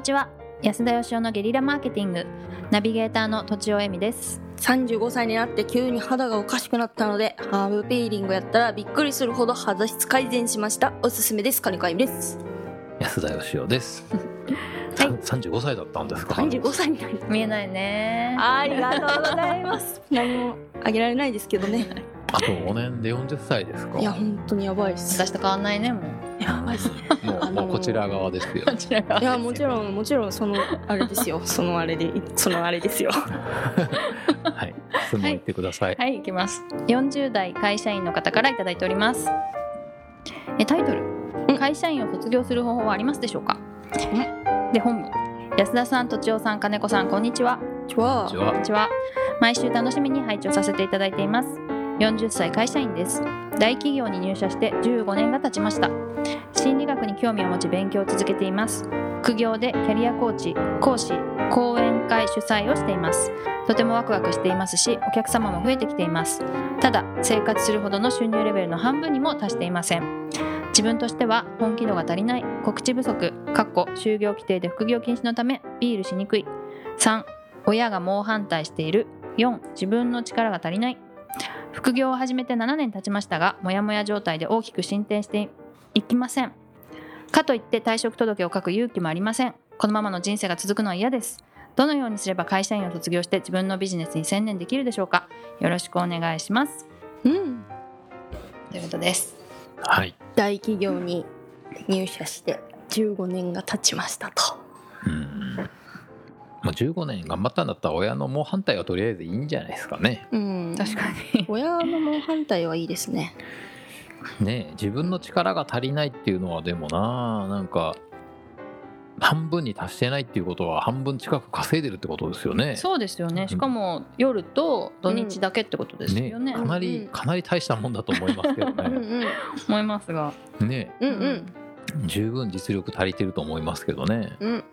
ちは安田義雄のゲリラマーケティングナビゲーターのとちおえみです35歳になって急に肌がおかしくなったのでハーブピーリングやったらびっくりするほど肌質改善しましたおすすめですカニカイです安田義雄です。はい三十五歳だったんですか。 35歳になり見えないねありがとうございます 何もあげられないですけどねあと五年で四十歳ですか。いや本当にやばいっす私と変わんない ねもうやばいっすもあうのもうこちら側ですよ。こちらがいやもちろんもちろんそのあれです よそのあれでそのあれですよはい。質問言ってください。はい、行きます。40代会社員の方からいただいております。え、タイトル。会社員を卒業する方法はありますでしょうか。で、本部。安田さん、とちおさん、金子さん、こんにちは。じゃこんにちあこんはにちは。毎週楽しみに拝聴させていただいています。40歳会社員です。大企業に入社して15年が経ちました。心理学に興味を持ち勉強を続けています。苦行でキャリアコーチ、講師、講演会主催をしています。とてもワクワクしていますし、お客様も増えてきています。ただ、生活するほどの収入レベルの半分にも達していません。自分としては本気度が足りない、告知不足、かっこ就業規定で副業禁止のためビールしにくい、3、親が猛反対している4自分の力が足りない副業を始めて7年経ちましたがモヤモヤ状態で大きく進展していきませんかといって退職届を書く勇気もありませんこのままの人生が続くのは嫌ですどのようにすれば会社員を卒業して自分のビジネスに専念できるでしょうかよろしくお願いしますうんということですはい。大企業に入社して15年が経ちましたとうん。まあ十五年頑張ったんだったら親のもう反対はとりあえずいいんじゃないですかね。うん確かに親の猛反対はいいですねねえ自分の力が足りないっていうのはでもななんか。半分に達してないっていうことは半分近く稼いでるってことですよね。そうですよねしかも夜と土日だけってことですよねかなり、うんかなり大したもんだと思いますけどうんうね。ん思いますがね うんえ十分実力足りてると思いますけどね。うんうん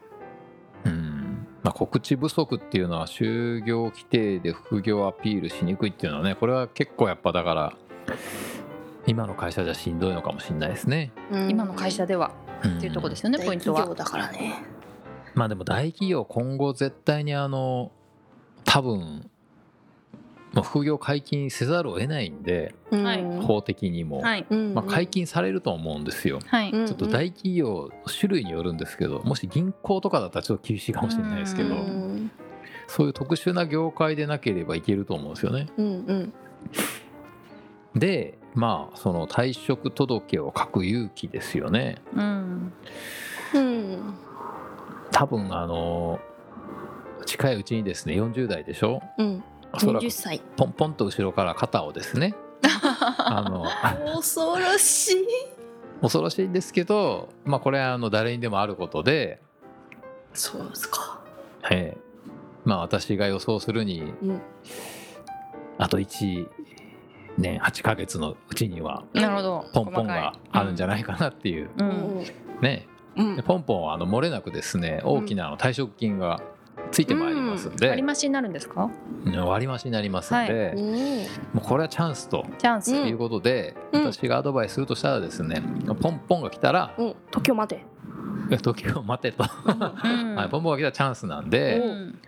うんまあ、告知不足っていうのは就業規定で副業アピールしにくいっていうのはねこれは結構やっぱだから今の会社じゃしんどいのかもしれないですね。うん今の会社ではうんっていうところですよね、ポイント大企業はだからねまあでも大企業今後絶対にあの多分もう副業解禁せざるを得ないんではい法的にも、はいうんまあ、解禁されると思うんですよ。はい、ちょちょっと大企業種類によるんですけどもし銀行とかだったらちょっと厳しいかもしれないですけどうんそういう特殊な業界でなければいけると思うんですよね。うんうんでまあその退職届を書く勇気ですよねうんうん多分あの近いうちにですね40代でしょうんおそらく20歳ポンポンと後ろから肩をです ねあの恐ろしい恐ろしいんですけど、まあ、これはあの誰にでもあることで、そうですかええまあ、私が予想するにうんあと1年8ヶ月のうちにはなるほど。ポンポンがあるんじゃい。ないかなっていう、う。うんんねうんでポンポンはあの漏れなくですね大きなあの退職金がついてまいりますんで、割り増しになるんですか？うん割増しになりますんで、うんもうこれはチャンスとチャンス。うんいうことで、うん私がアドバイスするとしたらですねポンポンが来たらうん時を待て時を待てと、うんはい、ポンポンが来たらチャンスなんうで、ん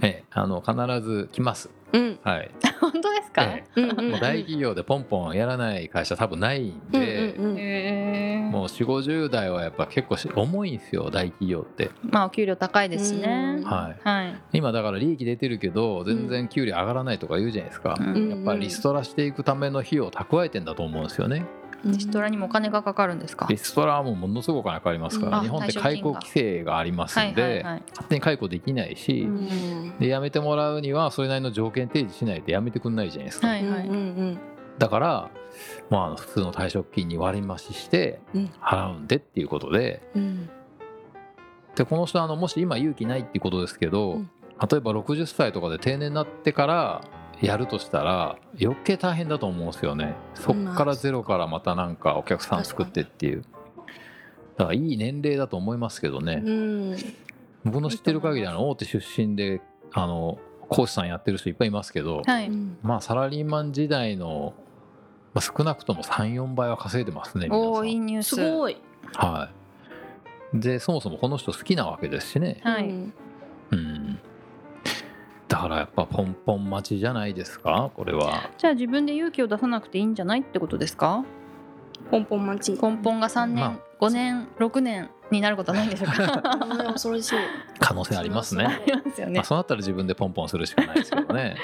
ええあの必ず来ます、うんはい本当ですか？えうんうえんもう大企業でポンポンやらない会社多分ないんうんで、うんうんへーもう4 5 0代はやっぱ結構し重いんですよ大企業って、まあお給料高いですしねうん。はい、はい。今だから利益出てるけど全然給料上がらないとか言うじゃないですか、うんやっぱりリストラしていくための費用を蓄えてんだと思うんですよねリストラにもお金がかかるんですか？リストラはもうものすごくお金かかりますかうんらあ日本っ退て職金解雇規制がありますはいんはいではい。勝手に解雇できないしうんで辞めてもらうにはそれなりの条件提示しないと辞めてくんないじゃないですはかいはいうんうんだからまああの普通の退職金に割り増ししてうん払うんでっていうことでうんでこの人あのもし今勇気ないっていうことですけどうん例えば60歳とかで定年になってからやるとしたら余計大変だと思うんですよねそっからゼロからまたなんかお客さん作ってっていうだからいい年齢だと思いますけどねうん僕の知ってる限りあの大手出身であの講師さんやってる人いっぱいいますけどはうい。んまあサラリーマン時代のまあ少なくとも34倍は稼いでますね皆さんおおいいニュース。すごいはい。でそもそもこの人好きなわけですしね、はうい。んうん、だからやっぱポンポン待ちじゃないですかこれはじゃあ自分で勇気を出さなくていいんじゃないってことですか？ポンポン待ち根本が3ま年、5年、6年になることはないんでしょう か？あね恐ろしい可 能性ありますねありますよまねあ、。そうなったら自分でポンポンするしかないですけど ね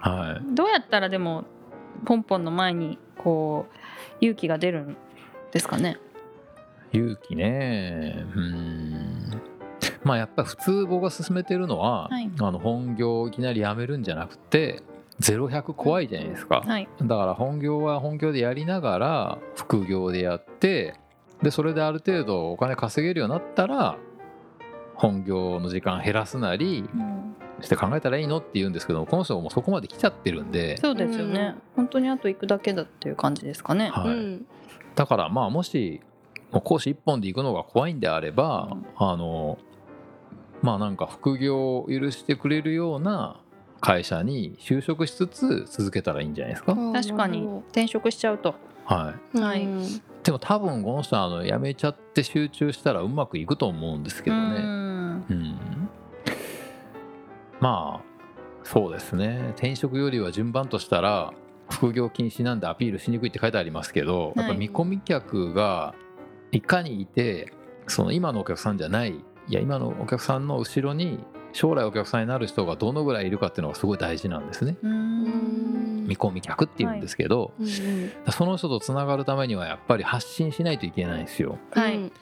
はどうやったらでもポンポンの前にこう勇気が出るんですかね。い勇気ねうんまあやっぱ普通僕が勧めてるのは、はいあの本業をいきなり辞めるんじゃなくて0100怖いじゃないですか、はい。だから本業は本業でやりながら副業でやってでそれである程度お金稼げるようになったら本業の時間減らすなりして考えたらいいのって言うんですけどこの人もうそこまで来ちゃってるんで、そうですよね。本当にあと行くだけだっていう感じですかね。うはい、んだからまあもしもう講師一本で行くのが怖いんであればあのまあなんか副業を許してくれるような会社に就職しつつ続けたらいいんじゃないですか、確かに転職しちゃうと。はいははいいでも多分この人はあの辞めちゃって集中したらうまくいくと思うんですけどうね。んうんまあそうですね転職よりは順番としたら副業禁止なんでアピールしにくいって書いてありますけど、はいやっぱ見込み客がいかにいてその今のお客さんじゃないいや今のお客さんの後ろに将来お客さんになる人がどのぐらいいるかっていうのがすごい大事なんですね。う。うん見込み客っていうんですけど、うんうんその人とつながるためにはやっぱり発信しないといけないんですよはい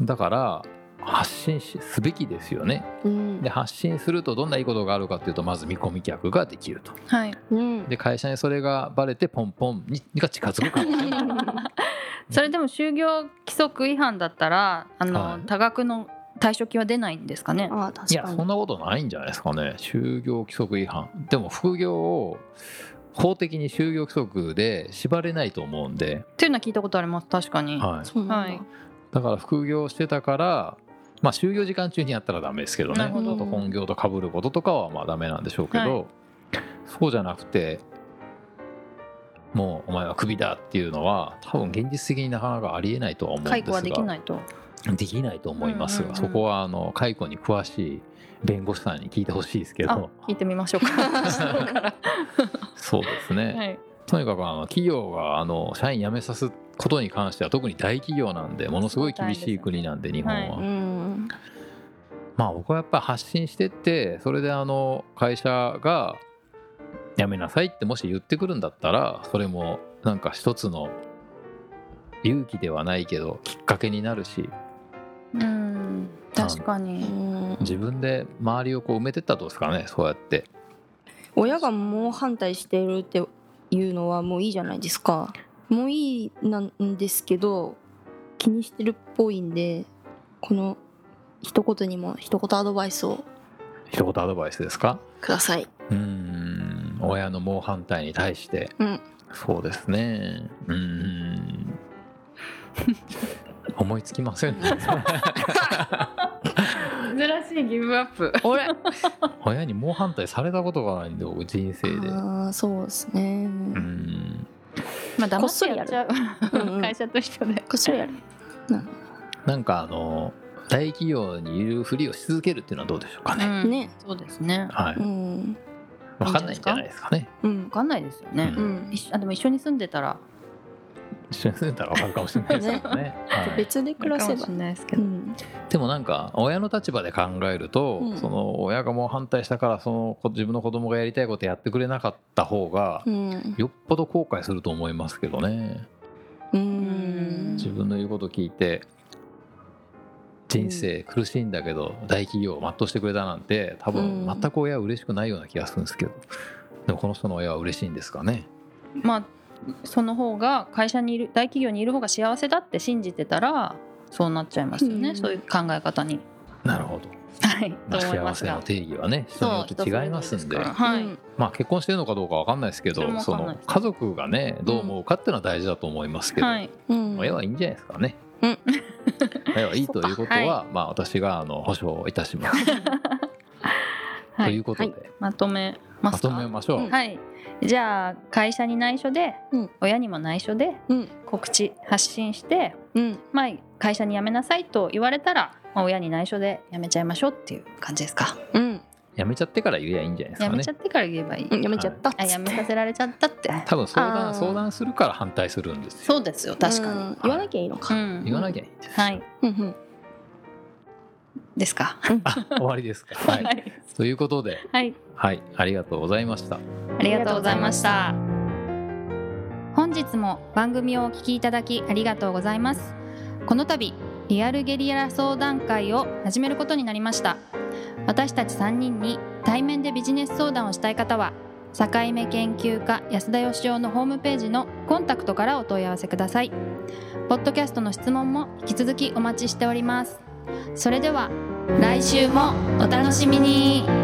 だから発信しすべきですよねうんで発信するとどんないいことがあるかっていうとまず見込み客ができるとはい。うんで会社にそれがバレてポンポンにが近づくかもしれないそれでも就業規則違反だったらあの、はい多額の退職金は出ないんですかね。 ああい確やかそにんなことないんじゃないですかね就業規則違反でも副業を法的に就業規則で縛れないと思うんで、っていうのは聞いたことあります確かに。はい、そうなんだはいだから副業してたからまあ就業時間中にやったらダメですけどねなるほどちょっと本業とかぶることとかはまあダメなんでしょうけど、はそうじゃなくてもうお前はクビだっていうのは多分現実的になかなかありえないとは思うんですが解雇はできないと。できないと思いますが、うんうんうんそこはあの解雇に詳しい弁護士さんに聞いてほしいですけあど聞いてみましょうか。そうからそうですね、 はい。とにかくあの企業があの社員辞めさすことに関しては特に大企業なんでものすごい厳しい国なんで日本はは。うんまあ僕はやっぱ発信してってそれであの会社が「やめなさい」ってもし言ってくるんだったらそれもなんか一つの勇気ではないけどきっかけになるしうん確かに。自分で周りをこう埋めてったらどうですかねそうやって親が猛反対してるっていうのはもういいじゃないですかもういいなんですけど気にしてるっぽいんでこの一言にも一言アドバイスを一言アドバイスですかください、うーん親の猛反対に対して、うんそうですねうーん思いつきませんね珍しいギブアップ。俺あ 親に猛反対されたことがないんで僕人生でうあそうですね、ーんまあこ黙っってそやりやっるちゃう。 うんうん会社と一緒で。こっそりやるなんかあの大企業にいるふりをし続けるっていうのはどうでしょうかね。うんねそうですね。はうい。んわかんないんじゃないですかね。うんわかんないですよねう。ん一緒あでも一緒に住んでたら一緒に住んでたらわかるかもしれないですけどね。はい、別で暮らせばかもしれないですけうど。んでもなんか親の立場で考えると、うんその親がもう反対したからその子自分の子供がやりたいことやってくれなかった方がうんよっぽど後悔すると思いますけどね。うん自分の言うこと聞いて人生苦しいんだけど大企業を全うしてくれたなんて多分うん全く親は嬉しくないような気がするんですけどでもこの人の親は嬉しいんですかねまあその方が会社にいる大企業にいる方が幸せだって信じてたらそうなっちゃいますよね、うんそういう考え方に。なるほど、はい、ま あ、と思いま幸すせのが。定義はね人によって違いますん人そでれぞれすからはい、うんまあ結婚してるのかどうかわかんないですけそれもどわかそんないのです家族がねどう思うかっていうのは大事だと思いますけど、はい、うん親はいいんじゃないですかねうん親はいいという そことっかは、まあ私があの保証いたします。はといいうことで、はまとめまますかとめましょう、うんはいじゃあ会社に内緒で、うん親にも内緒でうん告知発信して、うんまあ、会社に辞めなさいと言われたら、まあ、親に内緒で辞めちゃいましょうっていう感じですかうんやめちゃってから言えばいいんじゃないです辞かめねちゃってから言えばいい、うんやめちゃったっつっあて辞めさせられちゃったって多分相あー談相談するから反対するんですよそうですよ確かに、うん言わなきゃいいのうか、ん言わなきゃいいんです、はいうんうん、ですかあ終わりですか、は いはい、ということではい、はいありがとうございましたありがとうございました本日も番組をお聞きいただきありがとうございますこの度リアルゲリラ相談会を始めることになりました私たち3人に対面でビジネス相談をしたい方は境目研究家安田義雄のホームページのコンタクトからお問い合わせくださいポッドキャストの質問も引き続きお待ちしておりますそれでは来週もお楽しみに